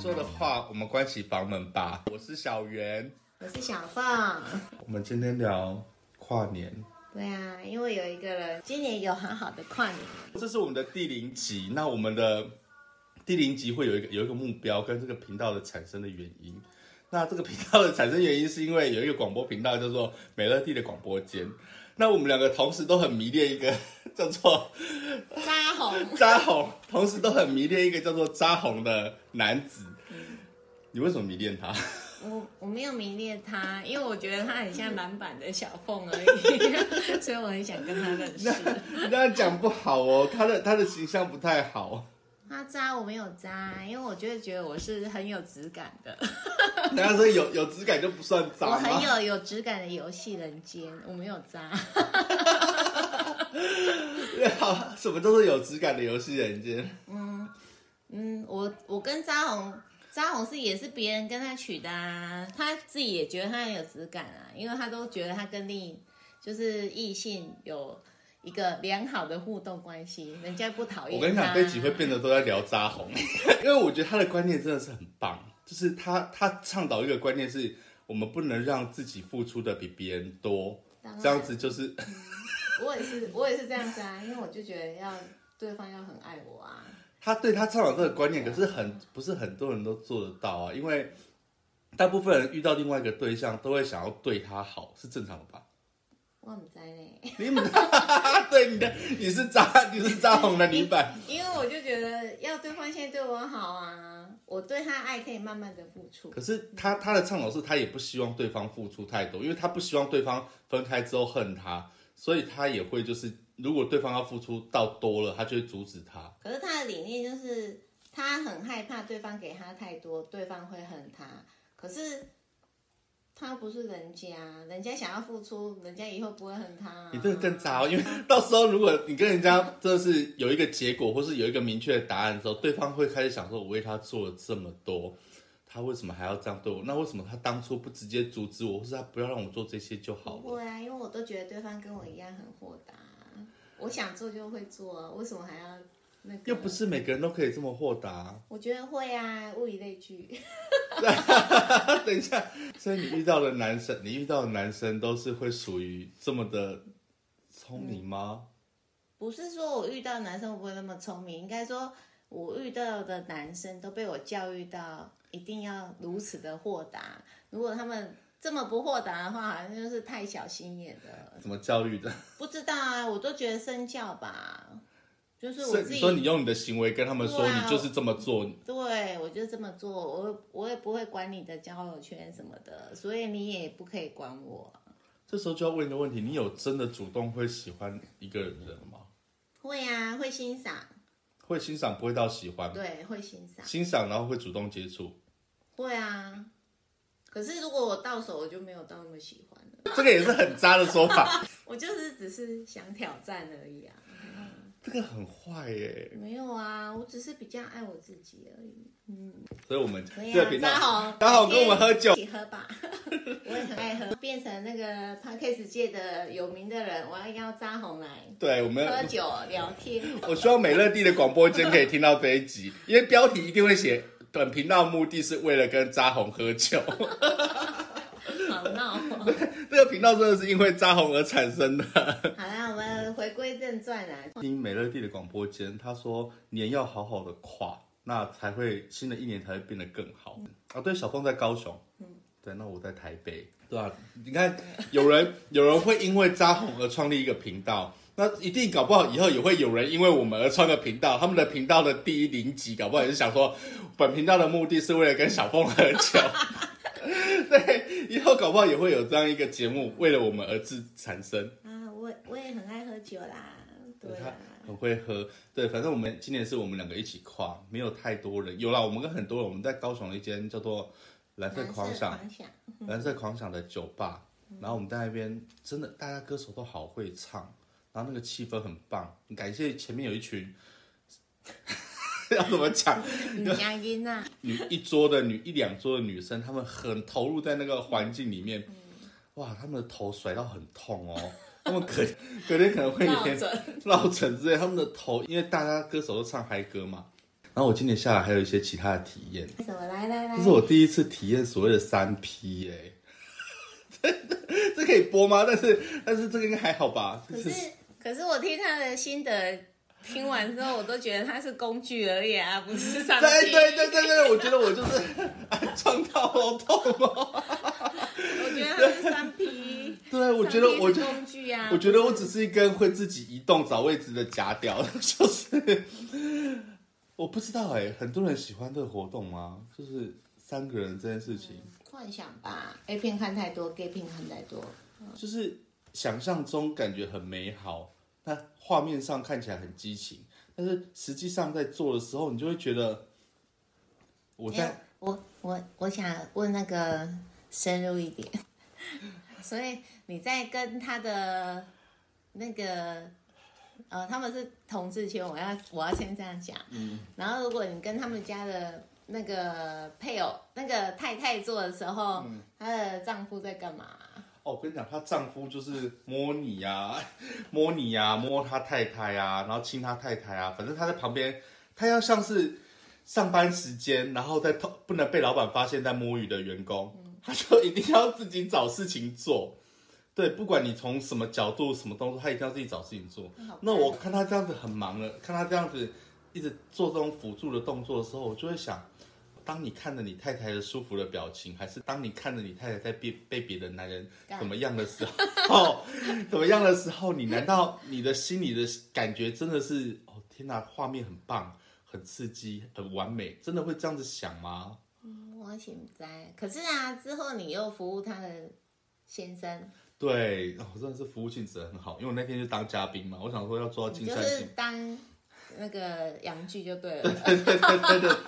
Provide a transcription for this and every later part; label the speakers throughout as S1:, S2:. S1: 说的话，我们关起房门吧。我是小圆，
S2: 我是小凤。
S1: 我们今天聊跨年，
S2: 对啊，因为有一个人今年有很好的跨年，
S1: 这是我们的第零集。那我们的第零集会有一个有一个目标，跟这个频道的产生的原因。那这个频道的产生原因是因为有一个广播频道叫做美乐蒂的广播间。那我们两个同时都很迷恋一个 叫做
S2: 扎红。
S1: 扎红，同时都很迷恋一个叫做扎红的男子。你为什么迷恋他？
S2: 我我没有迷恋他，因为我觉得他很像篮板的小凤而已， 所以我很想跟他认识。
S1: 这样讲不好哦，他的他的形象不太好。
S2: 他扎我没有扎，因为我就觉得我是很有质感的，
S1: 人家说有有质感就不算
S2: 我
S1: 渣
S2: 很
S1: 吗？
S2: 有有质感的游戏人间，我没有扎。
S1: 好， 什么叫做有质感的游戏人间？
S2: 嗯，我我跟扎红，扎红是也是别人跟他取的啊，他自己也觉得他很有质感啊，因为他都觉得他跟另一就是异性有一个良好的互动关系，人家不讨厌他。
S1: 我跟你讲，这集会变得都在聊渣红， 因为我觉得他的观念真的是很棒，就是他他倡导一个观念是，我们不能让自己付出的比别人多，
S2: 当然
S1: 这样子就是
S2: 我也是，我也是这样子啊，因为我就觉得要对方要很爱我啊。
S1: 他对他倡导这个观念，可是很不是很多人都做得到啊，因为大部分人遇到另外一个对象都会想要对他好，是正常的吧？
S2: 我很在嘞，
S1: 你们 对你的你是渣，你是渣红的女版。
S2: 因为我就觉得要对方先对我好啊，我对他爱可以慢慢的付出。
S1: 可是他他的倡导是，他也不希望对方付出太多，因为他不希望对方分开之后恨他，所以他也会就是，如果对方要付出到多了，他就会阻止他。
S2: 可是他的理念就是，他很害怕对方给他太多，对方会恨他。可是他不是人家，人家想要付出，人家以后不会恨他、
S1: 你这个更渣哦，因为到时候如果你跟人家真的是有一个结果，或是有一个明确的答案的时候，对方会开始想说，我为他做了这么多，他为什么还要这样对我？那为什么他当初不直接阻止我，或是他不要让我做这些就好
S2: 不
S1: 了？
S2: 会啊，因为我都觉得对方跟我一样很豁达，啊我想做就会做啊，为什么还要那个？
S1: 又不，是每个人都可以这么豁达、
S2: 我觉得会啊，物以类聚。
S1: 等一下，所以你遇到的男生， 你遇到的男生都是会属于这么的聪明吗？
S2: 不是说我遇到男生我不会那么聪明，应该说我遇到的男生都被我教育到一定要如此的豁达。如果他们这么不豁达的话，好像就是太小心眼了。
S1: 怎么教育的？
S2: 不知道啊，我都觉得身教吧，就是
S1: 所
S2: 我
S1: 以
S2: 自
S1: 你
S2: 己
S1: 说你用你的行为跟他们说，
S2: 对啊
S1: 你就是这么做。
S2: 对，我就这么做，我我也不会管你的交友圈什么的，所以你也不可以管我。
S1: 这时候就要问一个问题：你有真的主动会喜欢一个人吗？
S2: 会啊，会欣赏，
S1: 会欣赏，不会到喜欢。
S2: 对，会欣赏，
S1: 欣赏，然后会主动接触，
S2: 会啊。可是如果我到手，我就没有到那么喜欢了。
S1: 这个也是很渣的说法。
S2: 我就是只是想挑战而已啊，
S1: 这个很坏耶，
S2: 没有啊，我只是比较爱我自己而已。
S1: 所以我们
S2: 可以
S1: 这个
S2: 啊，
S1: 频
S2: 扎
S1: 道，
S2: 好，
S1: 扎好跟我们喝酒
S2: 一起喝吧。 我也很爱喝，变成那个 p a d k a s 界的有名的人，我要邀扎红来
S1: 对我们
S2: 喝酒聊 天。
S1: 我希望美乐蒂的广播间可以听到这一集，因为标题一定会写“本频道目的是为了跟扎红喝酒。
S2: 好闹哦、”
S1: 这个频道真的是因为扎红而产生的。
S2: 好啦，我们回归正传啊 啦。
S1: 听美乐蒂的广播间，他说年要好好的跨，那才会新的一年才会变得更好。啊，对，小凤在高雄，对，那我在台北，对啊，你看，有人有人会因为扎红而创立一个频道。那一定搞不好以后也会有人因为我们而创个频道，他们的频道的第一零集搞不好也是想说，本频道的目的是为了跟小凤喝酒。 对，以后搞不好也会有这样一个节目，为了我们而自产生。
S2: 啊，我我也很爱喝酒啦，对啊
S1: 他
S2: 啦，
S1: 很会喝，对，反正我们今年是我们两个一起跨，没有太多人，有啦，我们跟很多人，我们在高雄的一间叫做蓝色
S2: 蓝色
S1: 狂想，
S2: 狂想，
S1: 蓝色狂嗯想的酒吧，然后我们在那边真的大家歌手都好会唱，然后那个气氛很棒，感谢前面有一群 要怎么讲，
S2: 女强音 呐，
S1: 女一桌的女一两桌的女生，她们很投入在那个环境里面，哇，她们的头甩到很痛哦，她们隔隔天可能会有
S2: 绕
S1: 点
S2: 着
S1: 落枕之类，他们的头，因为大家歌手都唱嗨歌嘛，然后我今年下来还有一些其他的体验，
S2: 什么？来来来
S1: 这，是我第一次体验所谓的三 P 哎，这这可以播吗？但是但是这个应该还好吧？就
S2: 可是可是我听他的心得，听完之后我都觉得他是工具而已啊，不是上帝。
S1: 对对对对对，我觉得我就是 哎撞到好痛哦。
S2: 我觉得他是三 P。
S1: 对，我觉得我
S2: 就
S1: 就
S2: 工具啊，
S1: 我觉得我只是一根会自己移动找位置的假屌， 就是我不知道哎、很多人喜欢这个活动吗？就是三个人这件事情，
S2: 幻想吧，A 片看太多，gay 片看太多，
S1: 就是想象中感觉很美好，那画面上看起来很激情，但是实际上在做的时候，你就会觉得我
S2: 没有
S1: 在，
S2: 哎我我我想问那个深入一点， 所以你在跟他的那个呃，他们是同志圈，我要我要先这样讲，嗯，然后如果你跟他们家的那个配偶、那个太太做的时候，
S1: 嗯
S2: 她的丈夫在干嘛？
S1: 哦，我跟你讲，她丈夫就是摸你呀、 摸你呀、摸她太太呀、然后亲她太太啊，反正她在旁边，她要像是上班时间，然后在偷不能被老板发现在摸鱼的员工，她就一定要自己找事情做。对，不管你从什么角度、什么动作，她一定要自己找事情做。那我看他这样子很忙了，看他这样子一直做这种辅助的动作的时候，我就会想，当你看着你太太的舒服的表情，还是当你看着你太太在被被别的男人
S2: 干
S1: 怎么样的时候， 怎么样的时候，你难道你的心里的感觉真的是哦天哪，画面很棒，很刺激，很完美，真的会这样子想吗？
S2: 嗯我请在，可是啊，之后你又服务他的先生，
S1: 对，我、真的是服务性质很好，因为我那天就当嘉宾嘛，我想说要做到
S2: 你
S1: 尽
S2: 就
S1: 善
S2: 是
S1: 尽
S2: 当那个洋剧 就对了。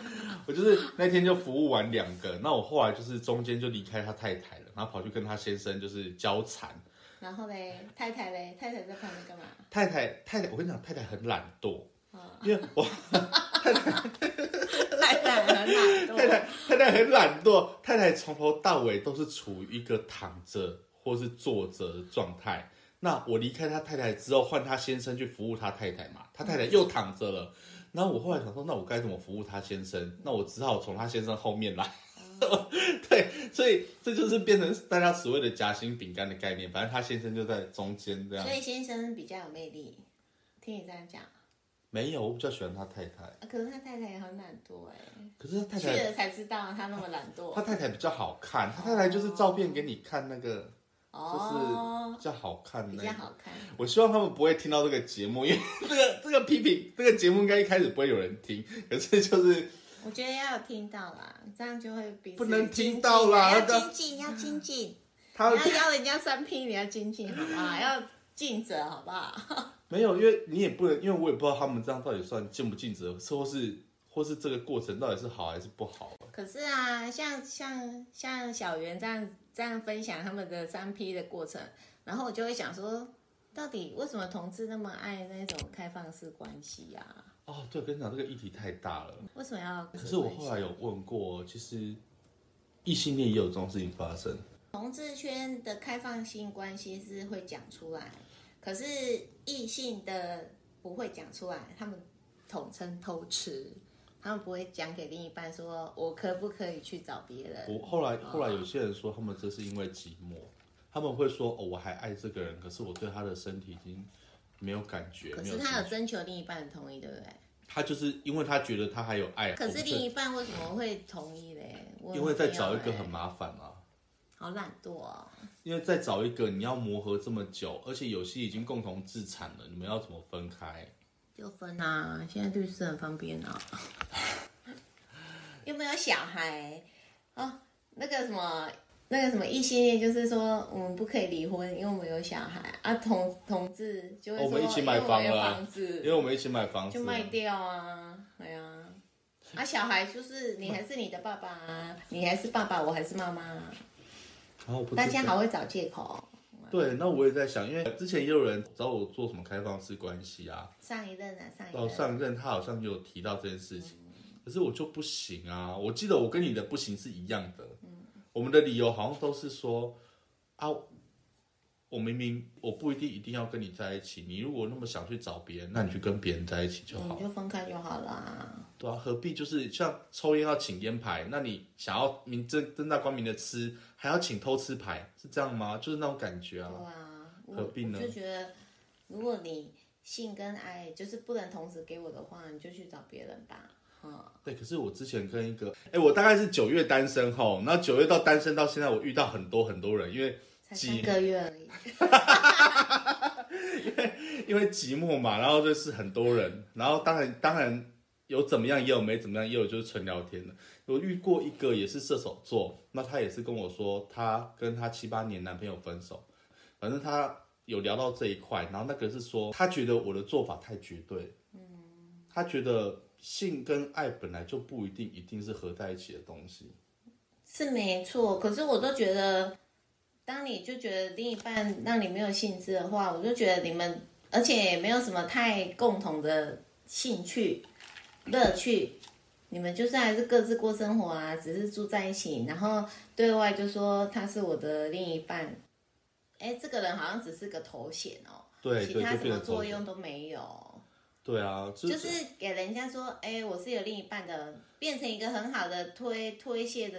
S1: 我就是那天就服务完两个，那我后来就是中间就离开他太太了，然后跑去跟他先生就是交缠。
S2: 然后嘞，太太嘞，太太在旁边干嘛？
S1: 太太太太，我跟你讲，太太很懒惰，因为我
S2: 太太很懒
S1: 太
S2: 惰，
S1: 太太太很懒惰，太太从头到尾都是处于一个躺着或是坐着的状态。那我离开他太太之后，换他先生去服务他太太嘛，他太太又躺着了。
S2: 嗯
S1: 然后我后来想说，那我该怎么服务他先生？那我只好从他先生后面来。
S2: 嗯
S1: 对，所以这就是变成大家所谓的夹心饼干的概念。反正他先生就在中间这样
S2: 所。以先生比较有魅力。听你这样讲，啊
S1: 没有，我比较喜欢他太太，
S2: 可是他太太也很懒惰哎，
S1: 可是他太
S2: 去
S1: 太
S2: 了才知道他那么懒
S1: 他
S2: 惰。
S1: 太太比较好看，他太太就是照片给你看那个。就是
S2: 哦，
S1: 比较好看
S2: 比
S1: 的
S2: 较
S1: 那种。
S2: 好看。
S1: 我希望他们不会听到这个节目，因为 这个这个批评，这个节目应该一开始不会有人听，可是就是
S2: 我觉得要有听到啦，这样就会比
S1: 不能听到啦
S2: 啊要精进，要精 进，
S1: 他
S2: 你要邀人家三 P，你要精进，好不 好？要尽责，好不好？
S1: 没有，因为你也不能，因为我也不知道他们这样到底算尽不尽责，或是或是这个过程到底是好还是不好。
S2: 可是啊，像像像小圆这样这样分享他们的三 P 的过程，然后我就会想说，到底为什么同志那么爱那种开放式关系呀、啊？
S1: 哦，对，跟你讲这个议题太大了。
S2: 为什么要？
S1: 可是我后来有问过，其实异性恋也有这种事情发生。
S2: 同志圈的开放性关系是会讲出来，可是异性的不会讲出来，他们统称偷吃，他们不会讲给另一半说，我可不可以去找别人？
S1: 我后来
S2: 啊
S1: 后来有些人说，他们这是因为寂寞，他们会说哦，我还爱这个人，可是我对他的身体已经没有感觉，
S2: 可
S1: 没
S2: 是
S1: 有
S2: 他
S1: 兴
S2: 有
S1: 趣。
S2: 征求另一半的同意，对不对？
S1: 他就是因为他觉得他还有爱，
S2: 可是
S1: 我不
S2: 另
S1: 确
S2: 一半为什么会同意嘞？我
S1: 因为再
S2: 没有
S1: 找一个
S2: 欸
S1: 很麻烦啊，
S2: 好懒惰哦。
S1: 因为再找一个你要磨合这么久，而且有些已经共同自产了，你们要怎么分开？
S2: 就分啊，现在律师很方便啊。 又没有小孩哦，那个什么，那个什么异性恋，就是说我们不可以离婚，因为我们有小孩啊。同同志就会
S1: 哦
S2: 说，哎
S1: 我们一起买
S2: 因为我们
S1: 房
S2: 有
S1: 了啊
S2: 房
S1: 因
S2: 子
S1: 为我们一起买房子
S2: 就
S1: 嘛，
S2: 卖掉啊，对啊。 啊，小孩就是你还是你的爸爸啊，你还是爸爸，我还是妈啊妈，
S1: 然哦后我不
S2: 大
S1: 知
S2: 家
S1: 道
S2: 好会找借口。
S1: 对，那我也在想，因为之前也有人找我做什么开放式关系啊，
S2: 上一任啊，上一
S1: 到
S2: 任，
S1: 哦上任他好像有提到这件事情，可是我就不行啊！我记得我跟你的不行是一样的，我们的理由好像都是说啊，我明明我不一定一定要跟你在一起，你如果那么想去找别人，那你去跟别人在一起就好。
S2: 嗯你就分开就好啦。
S1: 对啊，何必就是像抽烟要请烟牌，那你想要明正正大光明的吃，还要请偷吃牌，是这样吗？就是那种感觉
S2: 对
S1: 啊。
S2: 啊，我
S1: 何必呢
S2: 我就觉得，如果你性跟爱就是不能同时给我的话，你就去找别人吧。嗯，
S1: 对，可是我之前跟一个，哎，我大概是九月单身吼，那九月到单身到现在，我遇到很多很多人，因为
S2: 才
S1: 几
S2: 三个月而已。
S1: 因为寂寞嘛，然后就是很多人，然后当然当然有怎么样也有没怎么样，也有就是纯聊天的。我遇过一个也是射手座，那她也是跟我说，她跟她七八年男朋友分手，反正她有聊到这一块，然后那个是说她觉得我的做法太绝对，嗯，她觉得性跟爱本来就不一定一定是合在一起的东西，
S2: 是没错，可是我都觉得，当你就觉得另一半让你没有兴致的话，我就觉得你们，而且也没有什么太共同的兴趣、乐趣，你们就是还是各自过生活啊，只是住在一起，然后对外就说他是我的另一半，哎，这个人好像只是个头衔哦，
S1: 对
S2: 其
S1: 对，
S2: 他
S1: 就
S2: 什
S1: 变
S2: 么
S1: 成
S2: 作
S1: 同性
S2: 用都没有。
S1: 对啊，就
S2: 就是给人家说，哎、我是有另一半的，变成一个很好的推推卸的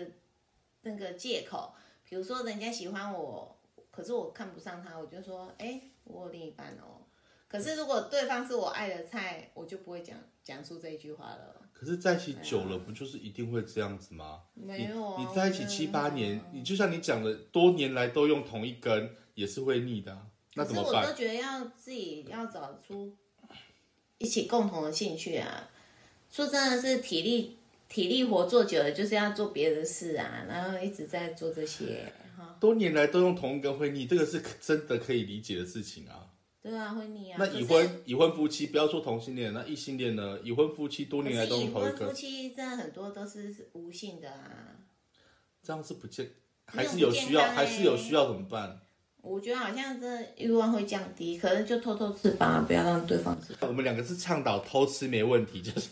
S2: 那个借口。比如说人家喜欢我，可是我看不上他，我就说，哎、我有另一半哦。可是如果对方是我爱的菜，我就不会讲讲出这一句话了。
S1: 可是在一起久了，不就是一定会这样子吗？
S2: 没有啊
S1: 你你在一起七八年，你就像你讲的，多年来都用同一根，也是会腻的啊、那怎么
S2: 可是我
S1: 办？
S2: 都觉得要自己要找出一起共同的兴趣啊。说真的是体力体力活做久了，就是要做别的事啊，然后一直在做这些哈。
S1: 多年来都用同一根会腻，这个是真的可以理解的事情啊。
S2: 对啊，会腻啊。
S1: 那
S2: 可
S1: 已
S2: 是
S1: 婚已婚夫妻，不要说同性恋，那异性恋呢？已婚夫妻多
S2: 可
S1: 年来
S2: 是
S1: 都
S2: 已
S1: 用同一
S2: 婚夫
S1: 根，
S2: 妻真的很多都是无性的啊，
S1: 这样是不健，还
S2: 没有
S1: 是有需要，
S2: 不健康欸
S1: 还是有需要怎么办？
S2: 我觉得好像真的欲望会降低，可能就偷偷吃吧，不要让对方知道，
S1: 我们两个是倡导偷吃没问题， 就是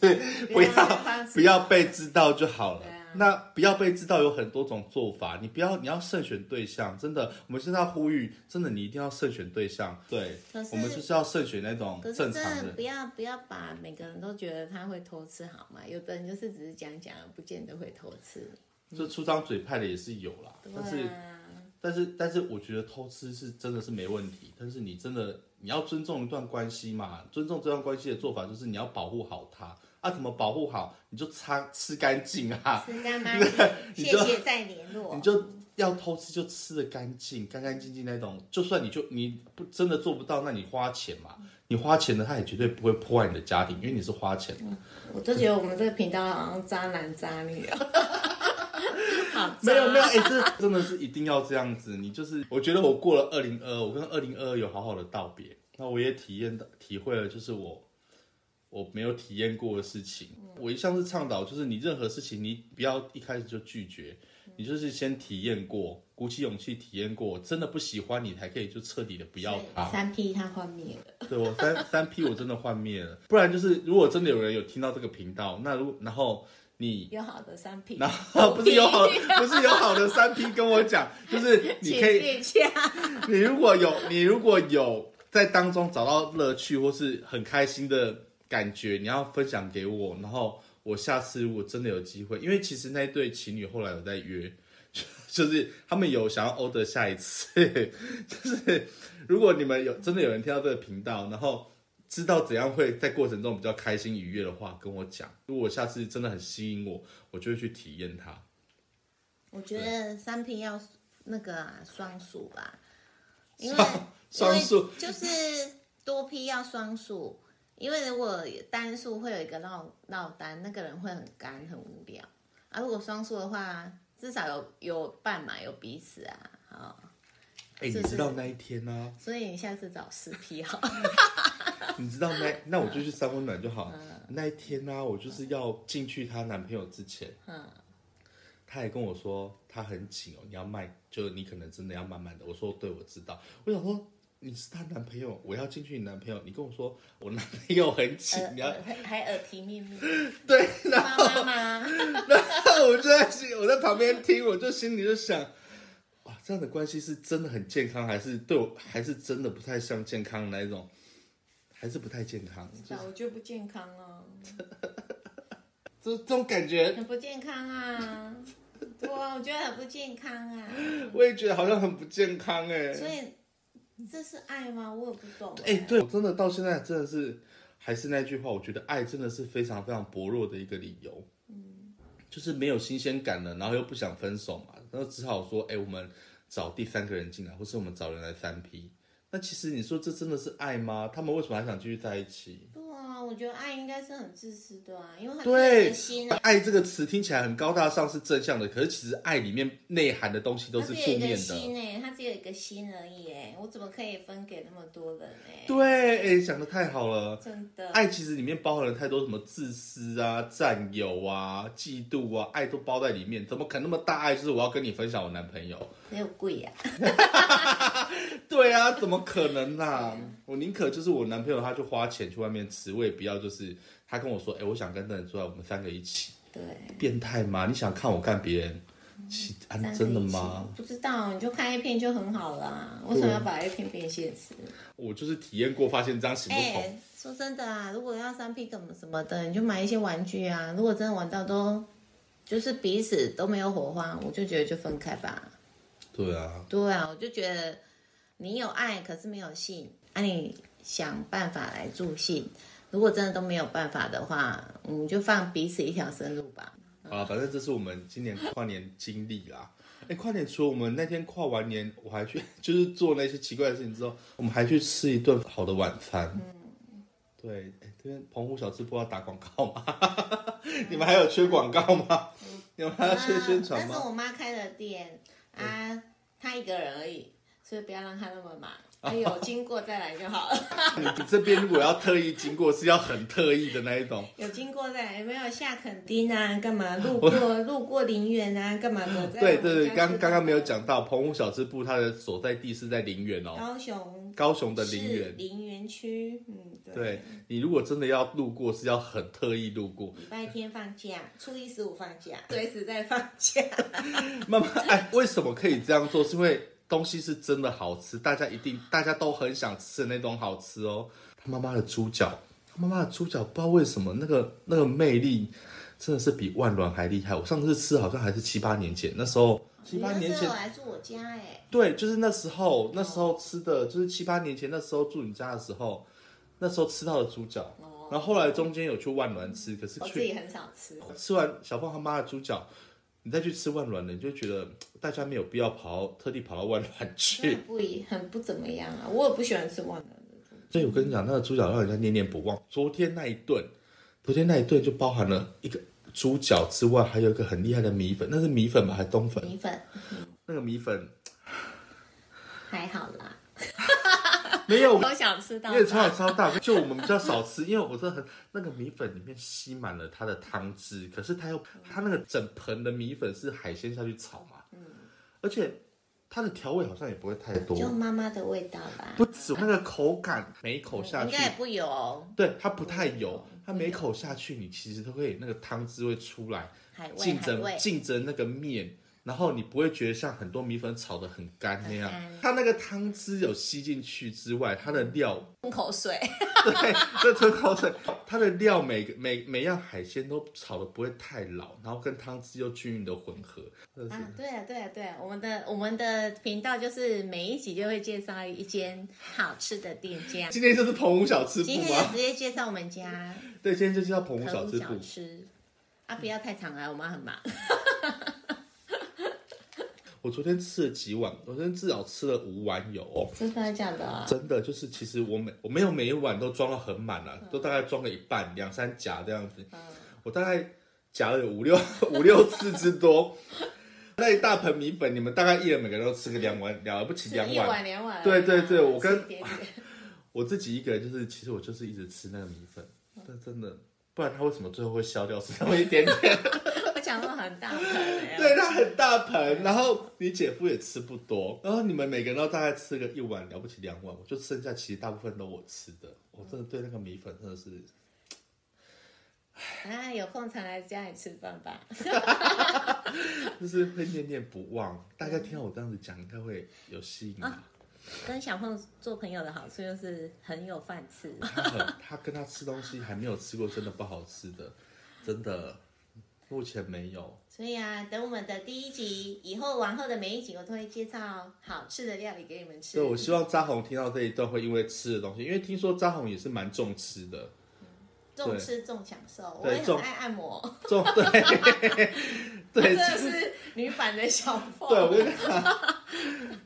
S2: 不要让对方知道
S1: 不要被知道就好了。
S2: 对啊
S1: 那不要被知道有很多种做法，你不要，你要慎选对象。真的，我们现在呼吁，真的你一定要慎选对象。对
S2: 可，是
S1: 我们就是要慎选那种
S2: 可
S1: 正
S2: 是真
S1: 常
S2: 的
S1: 的。
S2: 不要不要把每个人都觉得他会偷吃好吗？有的人就是只是讲讲，不见得会偷吃。
S1: 就出张嘴派的也是有啦，
S2: 对
S1: 但是
S2: 啊，
S1: 但是但是，我觉得偷吃是真的是没问题，但是你真的你要尊重一段关系嘛，尊重这段关系的做法就是你要保护好它啊，怎么保护好？你就擦吃干净啊，
S2: 吃干 妈咪，
S1: 你
S2: 谢
S1: 就
S2: 谢再联络。
S1: 你就要偷吃就吃的干净、干干净净那种。就算你就你不真的做不到，那你花钱嘛，你花钱的他也绝对不会破坏你的家庭，因为你是花钱的。
S2: 我都觉得我们这个频道好像渣男渣女啊， 好 渣
S1: 没有没 有，哎、这真的是一定要这样子。你就是，我觉得我过了二零二，我跟二零二有好好的道别。那我也体验到、体会了，就是我我没有体验过的事情。我一向是倡导，就是你任何事情，你不要一开始就拒绝，你就是先体验过，鼓起勇气体验过，真的不喜欢你才可以就彻底的不要它。
S2: 三 P 他幻灭了。
S1: 对我三三 P 我真的幻灭了，不然就是如果真的有人有听到这个频道，那如然后你
S2: 有好的商品，
S1: 然后不是有好不是有好的三 P 跟我讲，就是你可以
S2: 请自驾
S1: 你如果有你如果有在当中找到乐趣或是很开心的感觉，你要分享给我，然后我下次如果真的有机会，因为其实那对情侣后来有在约，就是他们有想要 order 下一次，就是如果你们有真的有人听到这个频道，然后知道怎样会在过程中比较开心愉悦的话，跟我讲。如果下次真的很吸引我，我就会去体验它。
S2: 我觉得三 P 要那个啊双数吧，因为
S1: 双双数
S2: 因为就是多 P 要双数，因为如果单数会有一个落落单，那个人会很干很无聊啊。如果双数的话，至少有有伴嘛，有彼此啊，好。
S1: 哎、
S2: 是
S1: 你知
S2: 是
S1: 道那一天 呢、
S2: 所以你下次找四 P 好，
S1: 你知道那那我就去三温暖就好。
S2: 嗯
S1: 那一天呢、我就是要进去她男朋友之前，
S2: 嗯，
S1: 她也跟我说她很紧哦，你要慢，就你可能真的要慢慢的。我说对，我知道。我想说你是她男朋友，我要进去你男朋友，你跟我说我男朋友很紧，
S2: 呃
S1: 你要
S2: 呃还还耳提面命，
S1: 对，然
S2: 妈妈妈，
S1: 后我就在心，我在旁边听，我就心里就想，哇，这样的关系是真的很健康，还是对我还是真的不太像健康那一种，还是不太健康？
S2: 是啊，我觉得不健康啊，
S1: 这这种感觉，
S2: 很不健康 啊。对啊，我觉得很不健康啊。
S1: 我也觉得好像很不健康哎、
S2: 所以这是爱吗？我也不懂、欸
S1: 哎、对，我真的到现在真的是还是那句话，我觉得爱真的是非常非常薄弱的一个理由。嗯，就是没有新鲜感了，然后又不想分手嘛，然后只好说，哎、我们找第三个人进来，或是我们找人来三 P。那其实你说这真的是爱吗？他们为什么还想继续在一起？
S2: 对啊，我觉得爱应该是很自私的啊，因为他是你
S1: 对
S2: 的心，啊，
S1: 爱这个词听起来很高大上，是正向的，可是其实爱里面内涵的东西都
S2: 他
S1: 是
S2: 只
S1: 负
S2: 有一
S1: 面
S2: 个
S1: 的。
S2: 心哎、他只有一个心而已哎、我怎么可以分给那么多人哎、
S1: 对，哎、讲的太好了。
S2: 真的，
S1: 爱其实里面包含了太多什么自私啊、占有啊、嫉妒啊，爱都包在里面。怎么可能那么大爱？就是我要跟你分享我男朋友？
S2: 没有贵啊呀、
S1: 对啊，怎么可能啦、我宁可就是我男朋友，他就花钱去外面吃，我也不要就是他跟我说，哎、我想跟那人出来，我们三个一起。
S2: 对，
S1: 变态吗？你想看我干别人？其啊，
S2: 三个
S1: 真的
S2: 一起
S1: 吗？？
S2: 不知道，你就看 A 片就很好了、啊，为什么要把 A 片变现实？
S1: 我就是体验过，发现这样行不
S2: 哎、
S1: 通。
S2: 说真的啊，如果要三 P 什么什么的，你就买一些玩具啊。如果真的玩到都就是彼此都没有火花，我就觉得就分开吧。
S1: 对啊，
S2: 对啊，我就觉得你有爱，可是没有性，那、你想办法来助兴。如果真的都没有办法的话，我们就放彼此一条生路吧。
S1: 啊，反正这是我们今年跨年经历啦。哎，跨年除了我们那天跨完年，我还去 就是做那些奇怪的事情之后，我们还去吃一顿好的晚餐。嗯，对，哎，这边澎湖小吃部要打广告吗？ 你们还有缺广告吗？你们还要缺宣传
S2: 但是
S1: 吗？
S2: 我妈开的店啊，她一个人而已，所以不要让她那么忙。她有经过再来就好 了。
S1: 你你这边如果要特意经过，是要很特意的那一种。
S2: 有经过在有没有下垦丁啊？干嘛路 过路过陵园啊？干嘛的？
S1: 对
S2: 在我们
S1: 对对，
S2: 家
S1: 刚
S2: 吃
S1: 刚刚没有
S2: 饭
S1: 讲到澎湖小吃部，它的所在地是在林园哦，
S2: 高雄
S1: 高雄的林
S2: 市
S1: 园。
S2: 陵园区，嗯，对。
S1: 对你如果真的要路过，是要很特意路过。
S2: 礼拜天放假，初一十五放假，随时在放假。
S1: 慢慢哎，为什么可以这样做？是因为东西是真的好吃，大家一定大家都很想吃的那种好吃哦。他妈妈的猪脚，他妈妈的猪脚，不知道为什么那个那个魅力真的是比万峦还厉害。我上次吃好像还是七八年前，那时候 七八年
S2: 你那时
S1: 前
S2: 候，来住我家哎、
S1: 对，就是那时候那时候吃的，就是七八年前那时候住你家的时候，那时候吃到的猪脚。
S2: 哦，
S1: 然后后来中间有去万峦吃，可是
S2: 我自
S1: 去
S2: 己很少吃。
S1: 吃完小凤他妈的猪脚，你再去吃万峦的，你就觉得嗯大家没有必要跑到特地跑到万峦
S2: 真
S1: 去
S2: 的。不一很不怎么样啊，我也不喜欢吃万能的。
S1: 所以我跟你讲，那个猪脚让人家念念不忘。昨天那一顿，昨天那一顿就包含了一个猪脚之外，还有一个很厉害的米粉，那是米粉吧，还是冬粉？
S2: 米粉
S1: 那个米粉
S2: 还好啦，
S1: 没有，
S2: 都想吃到
S1: 因为从小超大，就我们比较少吃，因为我真的很那个米粉里面吸满了它的汤汁，可是它又它那个整盆的米粉是海鲜下去炒嘛，
S2: 嗯
S1: 而且它的调味好像也不会太多，
S2: 就妈妈的味道吧。
S1: 不止那个口感，每一口下
S2: 嗯应
S1: 去，
S2: 该也不嗯油哦、
S1: 对它不太油，它每一口下去，你其实都会那个汤汁会出来，
S2: 海味
S1: 浸
S2: 海
S1: 着
S2: 味。
S1: 浸着那个面，然后你不会觉得像很多米粉炒的很干那样
S2: 很干，
S1: 它那个汤汁有吸进去之外，它的料
S2: 吞口水，
S1: 对，这吞口水。它的料每个每每样海鲜都炒的不会太老，然后跟汤汁又均匀的混合。
S2: 啊，对啊，对啊，对啊，我们的我们的频道就是每一集就会介绍一间好吃的店家。
S1: 今天就是澎湖小吃部
S2: 今天就
S1: 吗
S2: 直？接介绍我们家
S1: 对，今天就叫澎湖小
S2: 澎湖
S1: 吃
S2: 小
S1: 部。
S2: 吃啊，不要太常来，我妈很忙。
S1: 我昨天吃了几碗，我昨天至少吃了五碗有哦。
S2: 真的假的啊？
S1: 真的就是，其实我每我没有每一碗都装到很满了、都大概装了一半，两三夹这样子。
S2: 嗯
S1: 我大概夹了有五六 五六次之多。那一大盆米粉，你们大概一人每个人都吃个两碗，了不起
S2: 是
S1: 两
S2: 一
S1: 碗。
S2: 碗两碗。
S1: 对对对
S2: 啊
S1: 我跟
S2: 吃一点点
S1: 我自己一个人就是，其实我就是一直吃那个米粉，但真的，不然它为什么最后会消掉是那么一点点？
S2: 我讲到很大盆欸
S1: 对，它很大盆，然后你姐夫也吃不多，然后你们每个人都大概吃个一碗，了不起两碗，我就剩下其实大部分都我吃的，我真的对那个米粉真的是，唉
S2: 啊，有空常来家里吃饭吧。
S1: 就是会念念不忘。大家听到我这样子讲，应该会有吸引
S2: 啊
S1: 吧？
S2: 跟小胖做朋友的好处就是很有饭吃，
S1: 他很，他跟他吃东西还没有吃过真的不好吃的，真的，目前没有。
S2: 所以啊，等我们的第一集以后，往后的每一集我都会介绍好吃的料理给你们吃
S1: 所以。我希望扎红听到这一段会因为吃的东西，因为听说扎红也是蛮重吃 的，
S2: 重吃重享受，我
S1: 对
S2: 也很
S1: 重
S2: 爱按摩，
S1: 重对 对
S2: 真的是女版的小
S1: 对，
S2: 凤。
S1: 我跟你讲，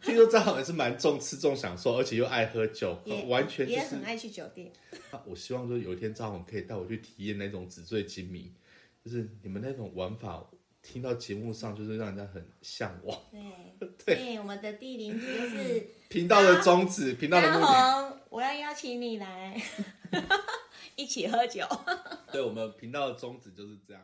S1: 听说扎红也是蛮重吃重享受，而且又爱喝酒，
S2: 也
S1: 完全就
S2: 也
S1: 是
S2: 很爱去酒店，
S1: 啊我希望就是有一天张红可以带我去体验那种纸醉金迷，就是你们那种玩法，听到节目上就是让人家很向往。
S2: 对对，我们的第零集就是
S1: 频道的宗旨，频道的
S2: 张
S1: 目的，
S2: 红，我要邀请你来 一起喝酒。
S1: 对我们频道的宗旨就是这样。